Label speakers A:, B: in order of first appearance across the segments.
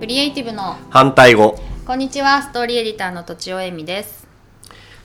A: エイティブの
B: 反対語
A: こんにちはストーリーエディターのとちおえみです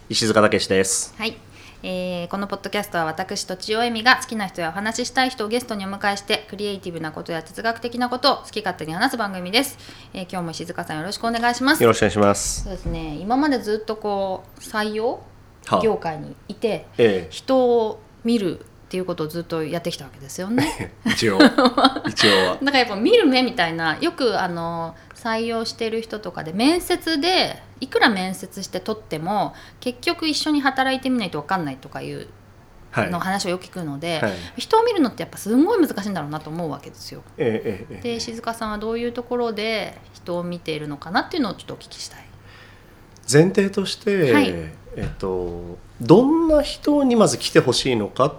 B: 石塚武史です
A: はい、えーこのポッドキャストは私とちおえみが好きな人やお話ししたい人をゲストにお迎えしてクリエイティブなことや哲学的なことを好き勝手に話す番組です、えー今日も石塚さんよろしくお願いします
B: よろしくお願いします
A: そうですね今までずっとこう採用
B: はあ
A: 業界にいて
B: え
A: 人を見るっていうことをずっとやってきたわけですよ ね
B: え一応一応は
A: だからやっぱ見る目みたいなよくあの採用してる人とかで面接でいくら面接して取っても結局一緒に働いてみないと分かんないとかいう
B: はい
A: の話をよく聞くので、
B: はい
A: 人を見るのってやっぱすんごい難しいんだろうなと思うわけですよ。
B: ええええええ
A: で静香さんはどういうところで人を見ているのかなっていうのをちょっとお聞きしたい。
B: 前提として、
A: はい
B: えっとどんな人にまず来てほしいのかっ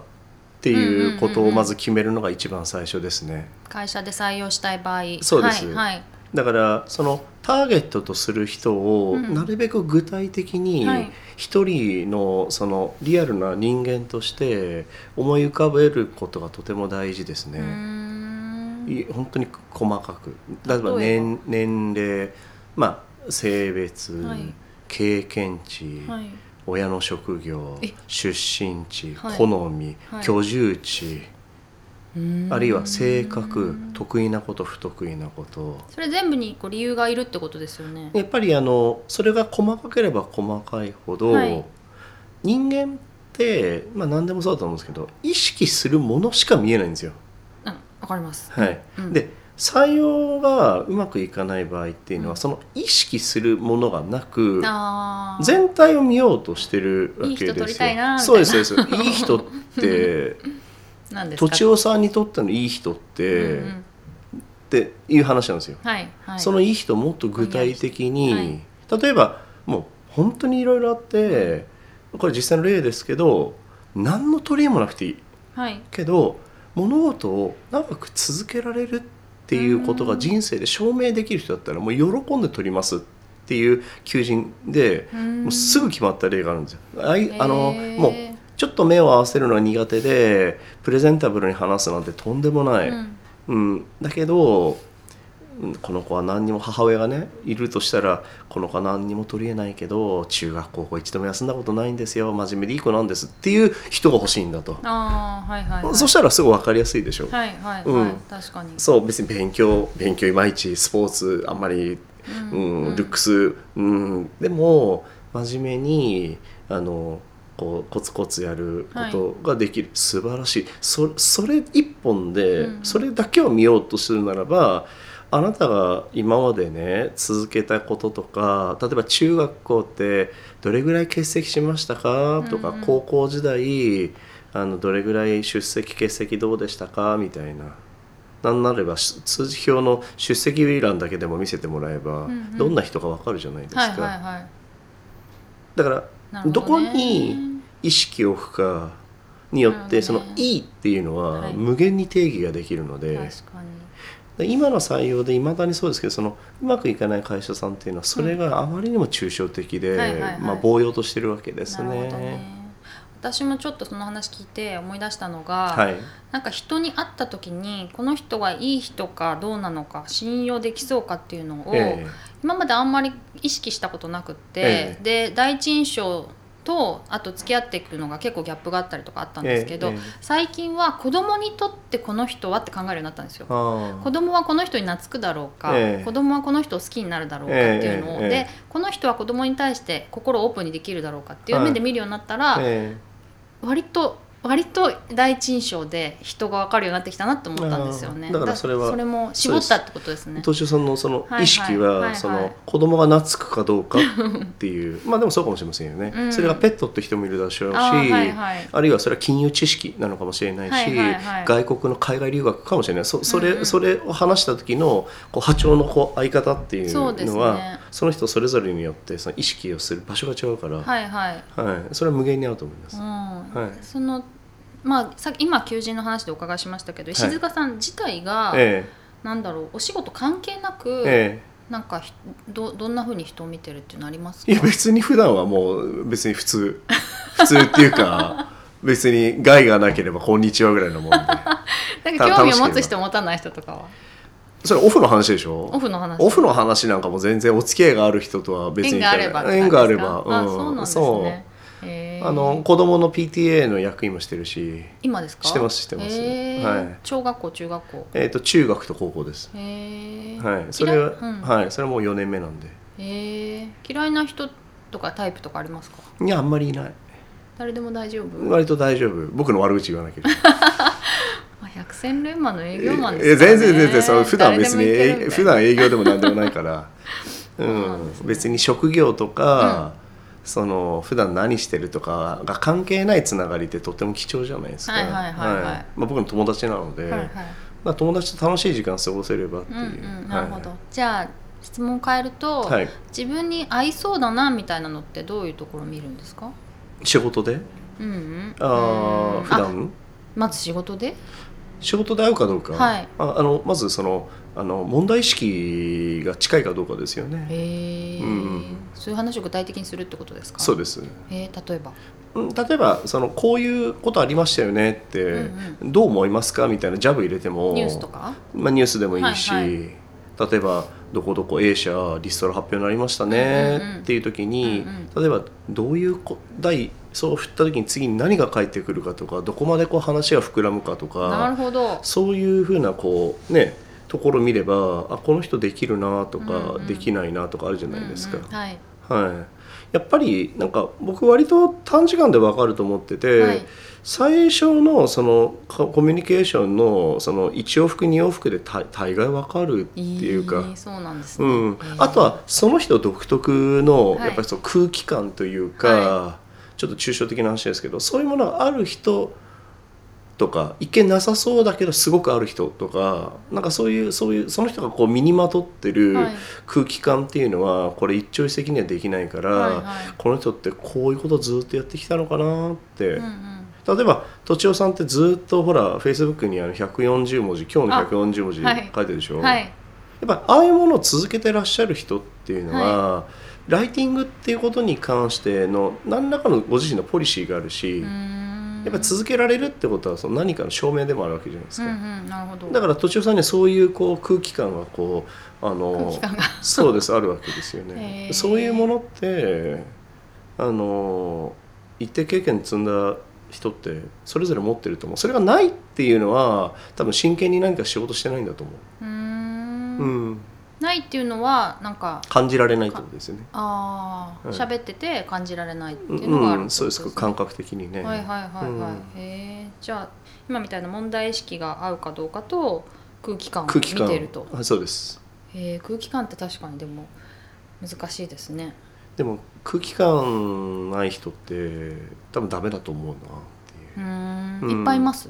B: ていうこと
A: うんうんうんう
B: を
A: ん
B: まず決めるのが一番最初ですね、
A: 会社で採用したい場合
B: そうです
A: はいはい
B: だからそのターゲットとする人を
A: うん
B: なるべく具体的に
A: はい
B: 一人のそのリアルな人間として思い浮かべることがとても大事ですね。
A: うーん
B: い本当に細かく例
A: 例
B: えば
A: えば
B: 年年齢、まあ、性別、
A: はい
B: 経験値、
A: はい
B: 親の職業
A: え
B: 出身地、
A: はい
B: 好み、
A: はい
B: 居住地
A: うーん
B: あるいは性格得意なこと不得意なこと
A: それ全部にこう理由がいるってことですよね。
B: やっぱりあのそれが細かければ細かいほど、
A: はい
B: 人間って、まあ、何でもそうだと思うんですけど意識するものしか見えないんですよ。
A: うん、わかります。
B: はい
A: うん
B: で採用がうまくいかない場合っていうのは、
A: うん
B: その意識するものがなく
A: あー
B: 全体を見ようとしてるわけですよ
A: いい人取りたいなみたいな
B: そうですそうですいい人って
A: なんです
B: 土
A: か
B: 地をさんにとってのいい人って、
A: うんうん
B: っていう話なんですよ、
A: はいはい、
B: そのいい人をもっと具体的に、例えばもう本当にいろいろあってこれ実際の例ですけど何の取り柄もなくていい
A: はい、
B: けど物事を長く続けられるっていうこと
A: う
B: が
A: ん
B: 人生で証明できる人だったらもう喜んで取りますっていう求人でもうす
A: ぐ
B: ぐ決まった例があるんですよ。あいあのもう
A: う
B: ちょっと目を合わせるのは苦手でプレゼンタブルに話すなんてとんでもない、うん
A: ん
B: だけどうんこの子は何にも母親がねいるとしたらこの子は何にも取り柄ないけど中学高校一度も休んだことないんですよ真面目でいい子なんですっていう人が欲しいんだと、
A: あーはいはい、はい、
B: そしたらすごい分かりやすいでしょ、
A: はいはいはい、
B: うん
A: 確かに
B: そう別に勉強勉強いまいちスポーツあんまり、
A: う
B: うん
A: うん
B: ルックス、うん、でも真面目にあのこうコツコツやることができる、素晴らしいそそれ一本で、
A: うん
B: それだけを見ようとするならばあなたが今までね続けたこととか例えば中学校ってどれぐらい欠席しましたかとか、
A: うんうん
B: 高校時代あのどれぐらい出席欠席どうでしたかみたいな。なんなればし通知表の出席欄だけでも見せてもらえば、
A: うんうん
B: どんな人かわかるじゃないですか、
A: はいはいはい
B: だから
A: なるほどね
B: どこに意識を置くかによ
A: なるほ
B: っ
A: ど
B: て、
A: ね
B: その「いい」っていうの
A: は
B: はい無限に定義ができるので、
A: 確かに
B: で今の採用でいまだにそうですけどそのうまくいかない会社さんっていうのはそれがあまりにも抽象的で、
A: はいはいはい
B: まあ、暴用としてるわけです
A: なるほどね
B: ね。
A: 私もちょっとその話聞いて思い出したのが、
B: はい、
A: なんか人に会った時にこの人がいい人かどうなのか信用できそうかっていうのを、
B: え
A: 今まであんまり意識したことなくって、
B: え
A: で第一印象とあと付き合っていくのが結構ギャップがあったりとかあったんですけど、
B: ええええ
A: 最近は子供にとってこの人はって考えるようになったんですよ。
B: あ
A: 子供はこの人に懐くだろうか、
B: ええ
A: 子供はこの人を好きになるだろうかっていうのを、
B: ええええ
A: でこの人は子供に対して心をオープンにできるだろうかっていう目で見るようになったら、
B: あ、え
A: 割と割と第一印象で人が分かるようになってきたなと思ったんですよね
B: あーだからそれは
A: だそれも絞ったってことです
B: え
A: ね。
B: 敏夫さんのその
A: はい
B: 意識
A: はいはいは
B: はいその子供が懐くかどうかっていう まあでもそうかもしれませんよね、
A: うん
B: それがペットって人もいるでしょうし
A: あーはいはい
B: あるいはそれは金融知識なのかもしれないし、
A: はいはいはい
B: 外国の海外留学かもしれないそそれ,、
A: うんうん
B: それを話した時のこう波長のこう相方っていうの
A: そ
B: は
A: う
B: そ
A: ですね
B: の人それぞれによってその意識をする場所が違うから、はい
A: はいはい
B: それは無限に合うと思います。
A: うん
B: はい
A: そのまあさっき今求人の話でお伺いしましたけど、
B: い
A: 石塚さん自体が、
B: え
A: なんだろうお仕事関係なく
B: え、え
A: なんかひどどんな風に人を見てるっていうのありますか
B: え、いや別に普段はもう別に普通 普通っていうか別に害がなければ「こんにちは」ぐらいのもんで。
A: なん
B: た
A: か興味を
B: 楽しければ
A: 持つ人持たない人とかは
B: それオフの話でしょ
A: オフの話
B: オフの話なんかも全然お付き合いがある人とは別に
A: 縁があればって感じですか
B: 縁があれば
A: あそうなんですね
B: そう
A: へー
B: あの子供の PTA の役員もしてるし
A: 今ですか
B: してますしてます
A: へー
B: はい
A: 小学校中学校
B: えっ、と中学と高校です
A: へー
B: はいそれは、
A: 嫌いうん
B: はいそれはもう4年目なんで
A: へー嫌いな人とかタイプとかありますか
B: いやあんまりいない
A: 誰でも大丈夫、ま
B: 割と大丈夫僕の悪口言わなければ
A: あ、百戦錬磨の営
B: え
A: 業マン
B: え
A: ですから、ね、
B: 全然全然その普段別に
A: 誰でもいけるみたい
B: え
A: な
B: 普段営業でも何でもないからう
A: そうなん
B: ん
A: ですね
B: 別に職業とか、その普段何してるとかが関係ないつながりってとっても貴重じゃないですか
A: はいはいはいはい
B: まあ、僕の友達なので、
A: はいはい
B: まあ、友達と楽しい時間過ごせればって
A: う
B: い
A: ん
B: う、
A: うんなるほど、じゃあ質問変えると、
B: はい、はい、
A: 自分に合いそうだなみたいなのってどういうところ見るんですか
B: 仕事で
A: うんうん
B: あ
A: う
B: ー
A: ん
B: 普段
A: まず仕事で
B: 仕事で会うかどうか、
A: はい
B: ああのまずそのあの問題意識が近いかどうかですよね
A: へえ、
B: うんうん
A: そういう話を具体的にするってことですか
B: そう
A: で
B: です
A: すえー、例えば
B: うん例えばそのこういうことありましたよねって、
A: うん
B: どう思いますかみたいなジャブ入れても
A: ニュースとか
B: まあ、ニュースでもいいし、
A: はい
B: 例えばどこどこ A 社リストラ発表になりました
A: うんうんうん
B: ねっていう時に、例えばどういうこ題そう振った時に次に何が返ってくるかとかどこまでこう話が膨らむかと
A: なる
B: か
A: ほど
B: そういうふうなこうねところ見ればあこの人できるなとか、
A: うんうん
B: できないなとかあるじゃないですか。
A: うんうんはい
B: はい、やっぱりなんか僕割と短時間で分かると思ってて、
A: はい
B: 最初のそのかコミュニケーションのその1往復2往復で大大概分かるっていうか。
A: えーそうなんです
B: う
A: ね、
B: ん
A: え、ー
B: あとはその人独特の
A: はい
B: やっぱりその空気感というか、
A: は
B: ちょっと抽象的な話ですけどそういうものがある人とか一見なさそうだけどすごくある人とかなんかそういうそういうその人がこう身にまとってる
A: はい
B: 空気感っていうのはこれ一朝一夕にはできないから、
A: はいはい
B: この人ってこういうことずっとやってきたのかなって、
A: うんうん
B: 例えばとちおさんってずっとほらフェイスブックにあの140文字今日の140文字
A: あはい
B: 書いてるでしょ、
A: はい
B: やっぱああいうものを続けてらっしゃる人っていうのは、ライティングっていうことに関しての何らかのご自身のポリシーがあるし、
A: うーん
B: やっぱ続けられるってことはその何かの証明でもあるわけじゃないです
A: うん
B: か。
A: うんなるほど
B: だからとちおさんにはそういうこう空気感がこうあの
A: 空気感が
B: そうですあるわけですよね
A: へ。ー
B: そういうものってあの一定経験積んだ人ってそれぞれ持ってると思う。それがないっていうのは多分真剣に何か仕事してないんだと思
A: うー
B: う。うんん、
A: ないっていうのはなんか
B: 感じられないってことですよね。
A: ああ
B: はい
A: 喋ってて感じられないって
B: う
A: いうのがあるってこと
B: ん、そうですか感覚的にね。
A: はいはいはいはい、
B: うん
A: へえじゃあ今みたいな問題意識が合うかどうかと空気感を見
B: 空気感
A: てると
B: あそうです。
A: へえ空気感って確かにでも難しいですね
B: でも空気感ない人って多分ダメだと思うなっていう。
A: うーん
B: うん
A: いっぱいいます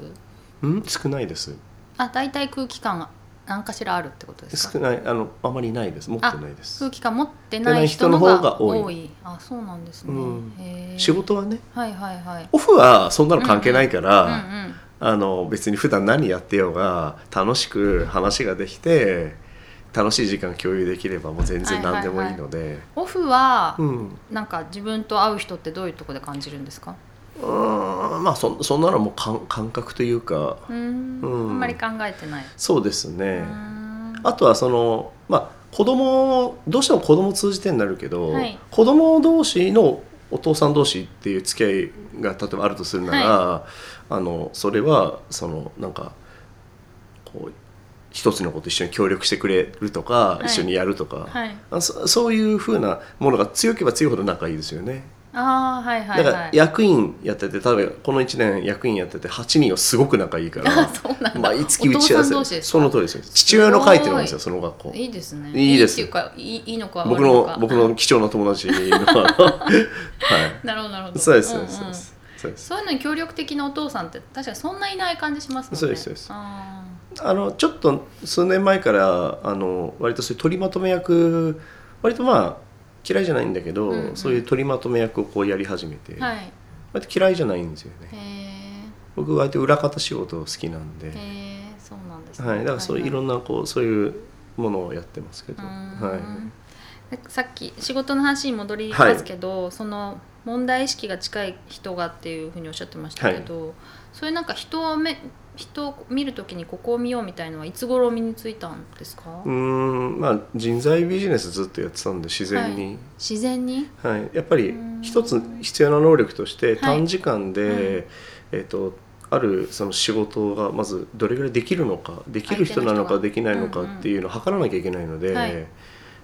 B: うん、少ないです。
A: あ大体空気感が何かしらあるってことです
B: 少
A: か
B: ない、あの、あまりないです。持ってないです
A: 空。気感持ってない人の
B: 持ってない人の方
A: が
B: が多
A: 多
B: い
A: いあそうなんですね、
B: うん
A: へえ
B: 仕事はね、
A: はいはいはい
B: オフはそんなの関係ないから、
A: うんうん
B: あの、別に普段何やってようが、楽しく話ができて。楽しい時間共有できれば、もう全然何でもいいので。
A: オフは、
B: うん。
A: なんか自分と会う人ってどういうとこで感じるんですか
B: うーん、まあ、そ、そんなのもう感、感覚というか。
A: うーん
B: うん
A: あんまり考えてない、
B: そうですね。
A: うーん
B: あとはそのまあ子供どうしても子供通じてになるけど、
A: はい
B: 子供同士のお父さん同士っていう付き合いが例えばあるとするなら、あのそれはそのなんかこう一つのこと一緒に協力してくれるとか、
A: はい
B: 一緒にやるとか、
A: はい、
B: あそそういうふうなものが強ければ強いほど仲いいですよね。
A: ああはいはいはい
B: だから役員やってて例えばこの1年役員やってて8人はすごく仲いいから
A: あ そうなんだ、
B: 毎月打ち合
A: お父さん
B: わ
A: 同士
B: せ
A: です
B: そ
A: か
B: の通りですよ父親の会ってるんですよその学校。
A: いいですね
B: いいです
A: っていうかいいいいのか悪
B: 僕
A: いの
B: の
A: か
B: 僕の貴重な友達のはい
A: なるほどなるほど
B: そうですそうで
A: ん
B: す
A: ん
B: そうです
A: そういうのに協力的なお父さんって確かにそんないない感じしますもんね
B: そうですそうです
A: あ
B: あのちょっと数年前からあの割とそういう取りまとめ役割とまあ嫌いじゃないんだけど、
A: うんうん
B: そういう取りまとめ役をこうやり始めて、
A: ーはい
B: 割と嫌いじゃないんですよ
A: へ
B: ね
A: え
B: 僕割と裏方仕事好きなんで、
A: へえそうなんですね
B: はい、だからそういうい
A: は
B: ろんなこうそういうものをやってますけど、
A: うーん
B: は
A: さっき仕事の話に戻りますけど、その問題意識が近い人がっていうふうにおっしゃってましたけど、そういうなんか人をめ人を見るときにここを見ようみたいのはいつ頃身についたんですか、
B: うーんまあ人材ビジネスずっとやってたんで自然に、
A: 自然に
B: はいやっぱり
A: うん
B: 一つ必要な能力として
A: はい
B: 短時間で、えっとあるその仕事がまずどれぐらいできるのかできる人な
A: 相手の
B: の
A: 人
B: か
A: が
B: できないのかっていうのを測らなきゃいけないので、
A: はい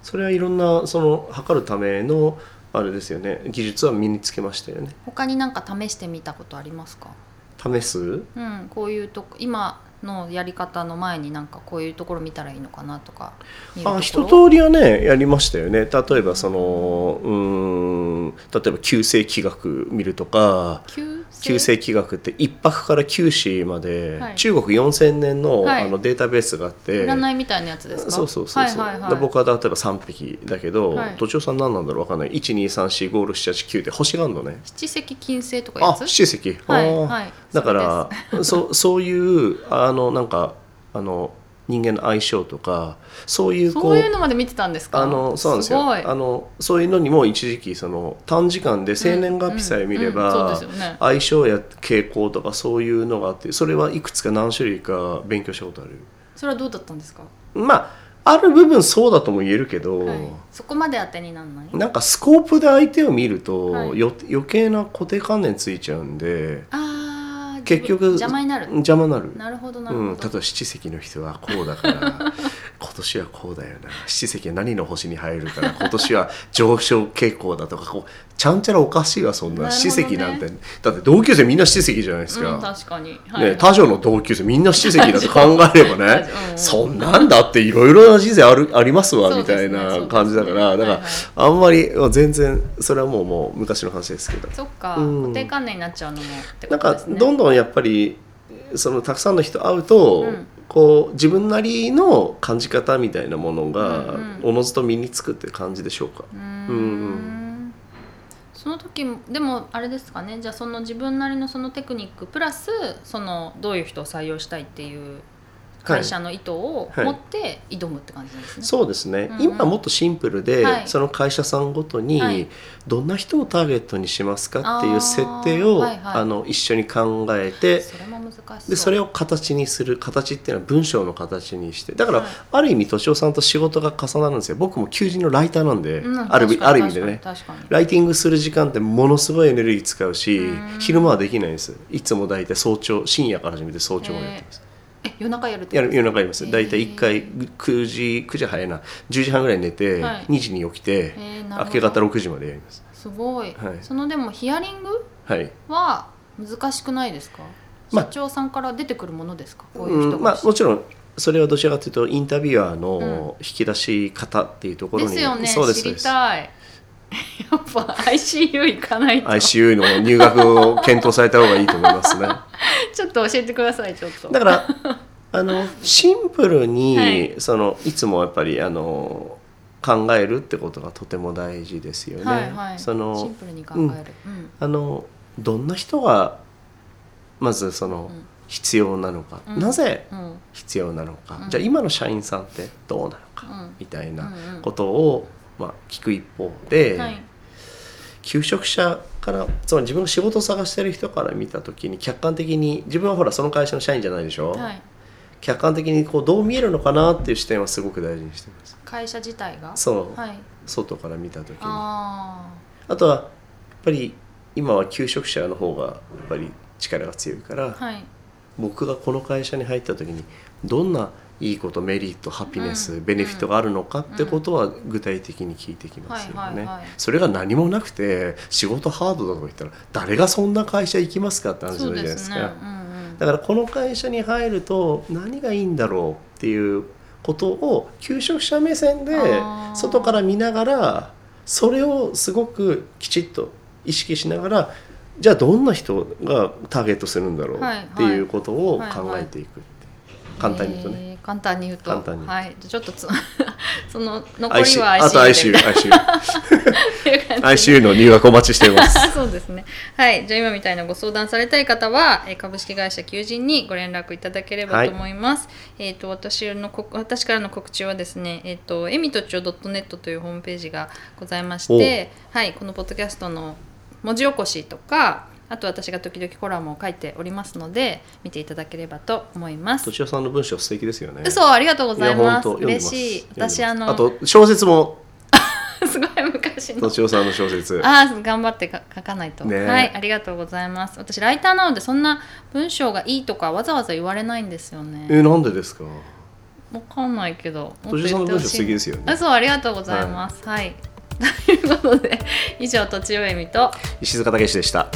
B: それはいろんなその測るためのあれですよね技術は身につけましたよね
A: 他になんか試してみたことありますか
B: 試す
A: うん、こういうとこ今のやり方の前になんかこういうところ見たらいいのかなとか見るところ
B: あ一通りはねやりましたよね例えばそのうーん例えば旧世気学見るとか
A: 旧
B: 旧世紀学って一泊から九死まで、
A: はい
B: 中国4,000年の,、
A: はい
B: あのデータベースがあって
A: 占いみたいなやつですか
B: そうそうそうそう、
A: はいはいはい、
B: で僕は例えば3匹だけど
A: はい
B: 土地さん何なんだろう分かんない123456789って星があるのね
A: 七石金星とかや
B: あ
A: つ
B: 七石、
A: はい
B: あー
A: はい
B: だからそそういうあのなんかあの人間の相性とかそういうこ
A: そうういうのまで見てたんですか
B: あのそうなんですよ
A: ごい
B: あのそういうのにも一時期その短時間で生年月日さえ見れば、
A: うんうんうんそうですよね
B: 相性や傾向とかそういうのがあってそれはいくつか何種類か勉強したことある
A: それはどうだったんですか、
B: まあある部分そうだとも言えるけど、
A: はい、そこまで当てにならない
B: なんかスコープで相手を見ると、
A: はい
B: よ余計な固定観念ついちゃうんで
A: あー
B: 結局
A: 邪魔になる
B: 邪魔になる
A: なるほどなるほど、
B: うん、例えば七席の人はこうだから 今年はこうだよな七席は何の星に入るから今年は上昇傾向だとかこうちゃんちゃらおかしいわそんな
A: なるほど
B: 七
A: ね
B: 席なんてだって同級生みんな七席じゃないですか、
A: うん確かに、
B: ね、他女の同級生みんな七席だと考えれ
A: 他
B: ばね
A: 女うん
B: そんなんだっていろいろな人生あるありますわ
A: そう
B: み
A: です
B: た
A: ね
B: いな感じだから、
A: そうですね
B: だから、
A: はい
B: あんまり全然それはもうもう昔の話ですけど
A: そっか、
B: うん
A: 固定観念になっちゃうのもって
B: な
A: こと
B: んか
A: ですね
B: どんどんやっぱりそのたくさんの人会うと、
A: うん
B: こう自分なりの感じ方みたいなものが
A: うんうん
B: おのずと身につくって感じでしょうか。
A: うーんその時もでもあれですかねじゃあその自分なりのそのテクニックプラスそのどういう人を採用したいっていう会社の意図を
B: はい
A: 持って挑むって感じなんですね。
B: そうですね、
A: うんうん
B: 今もっとシンプルで、
A: はい
B: その会社さんごとに、
A: はい
B: どんな人をターゲットにしますかってい
A: あー
B: う設定をあ、
A: はいはい
B: の一緒に考えて
A: それも難しそう
B: でそれを形にする形っていうのは文章の形にしてだから、
A: はい
B: ある意味敏夫さんと仕事が重なるんですよ僕も求人のライターなんで、
A: うん
B: ある
A: 確
B: 意味
A: かに
B: ある意味でね。
A: 確かに確か
B: ライティングする時間ってものすごいエネルギー使うし
A: うん
B: 昼間はできないんですいつも大体早朝深夜から始めて早朝までやってます、
A: にえ夜中やるって
B: や
A: こと
B: る夜中やります
A: へー
B: 大体1回9時9時早いな10時半ぐらいに寝て、
A: はい
B: 2時に起きて
A: へーなるほど
B: 明け方6時までやります
A: すごい、
B: はい
A: そのでもヒアリング
B: はい
A: は難しくないですか、
B: まあ
A: 社長さんから出てくるものですかこういう人が、
B: うんまあ、もちろんそれはどちらかというとインタビュアーの引き出し方っていうところに、
A: ですよね
B: そうで
A: 知
B: すそう
A: り
B: です
A: たい やっぱ ICU 行かないと
B: ICU の入学を検討された方がいいと思いま すね
A: ちょっと教えてくださいちょっと
B: だからあのシンプルに、
A: はい
B: そのいつもやっぱりあの考えるってことがとても大事ですよね。
A: はいはい
B: そ
A: シン
B: の
A: プルに考える、うん
B: あのどんな人がまずその、
A: うん
B: 必要なのか、
A: うん
B: なぜ
A: うんうん
B: 必要なのか、
A: うん
B: じゃあ今の社員さんってどうなのか、
A: うん
B: みたいな
A: うん
B: ことを、まあ、聞く一方で、
A: はい
B: 求職者からつまり自分の仕事を探してる人から見た時に客観的に自分はほらその会社の社員じゃないでしょ、
A: はい、
B: 客観的にこうどう見えるのかなっていう視点はすごく大事にしてます
A: 会社自体が
B: そう、
A: はい
B: 外から見た時にあ
A: あ
B: とはやっぱり今は求職者の方がやっぱり力が強いから、
A: あはい
B: 僕がこの会社に入った時にどんないいことメリットハピネス、
A: うん
B: ベネフィットがあるのかってことは具体的に聞いてきますよね、
A: はいはいはい
B: それが何もなくて仕事ハードだとか言ったら誰がそんな会社行きますかって話に
A: そ
B: な
A: う
B: るじゃ
A: で
B: ないですす
A: ね
B: か。
A: うんうん
B: だからこの会社に入ると何がいいんだろうっていうことを求職者目線で
A: あー
B: 外から見ながらそれをすごくきちっと意識しながらじゃあどんな人がターゲットするんだろう
A: はいはい
B: っていうことを考えていくって簡単に言うとね。
A: えー簡単に言うと
B: 簡単に
A: はいじゃあちょっと つその残り
B: ICU
A: は ICU
B: あと ICU、
A: で
B: ICU、
A: っていう 感じで
B: ICU の入学お待ちしています。
A: そうですね。はい。じゃあ今みたいなご相談されたい方は、えー株式会社求人にご連絡いただければと思います。えっ、と私のこ私からの告知はですね、えっ、とエミトチョドットネットというホームページがございまして、はい。このポッドキャストの文字起こしとか。あと私が時々コラムを書いておりますので見ていただければと思います
B: とちおさんの文章素敵ですよね
A: 嘘ありがとうございます
B: や本当読んで
A: 嬉しい
B: 読んでます
A: 私あの
B: あと小説も
A: すごい昔の
B: とちおさんの小説
A: ああ頑張ってか書かないと、
B: ねえ
A: はいありがとうございます私ライターなのでそんな文章がいいとかわざわざ言われないんですよね
B: えなんでですか
A: わかんないけどもっ
B: とちおさんの文章素敵ですよ
A: あ
B: ね
A: そうありがとうござ いますはい、ということで以上とちおえみと
B: 石塚武史でした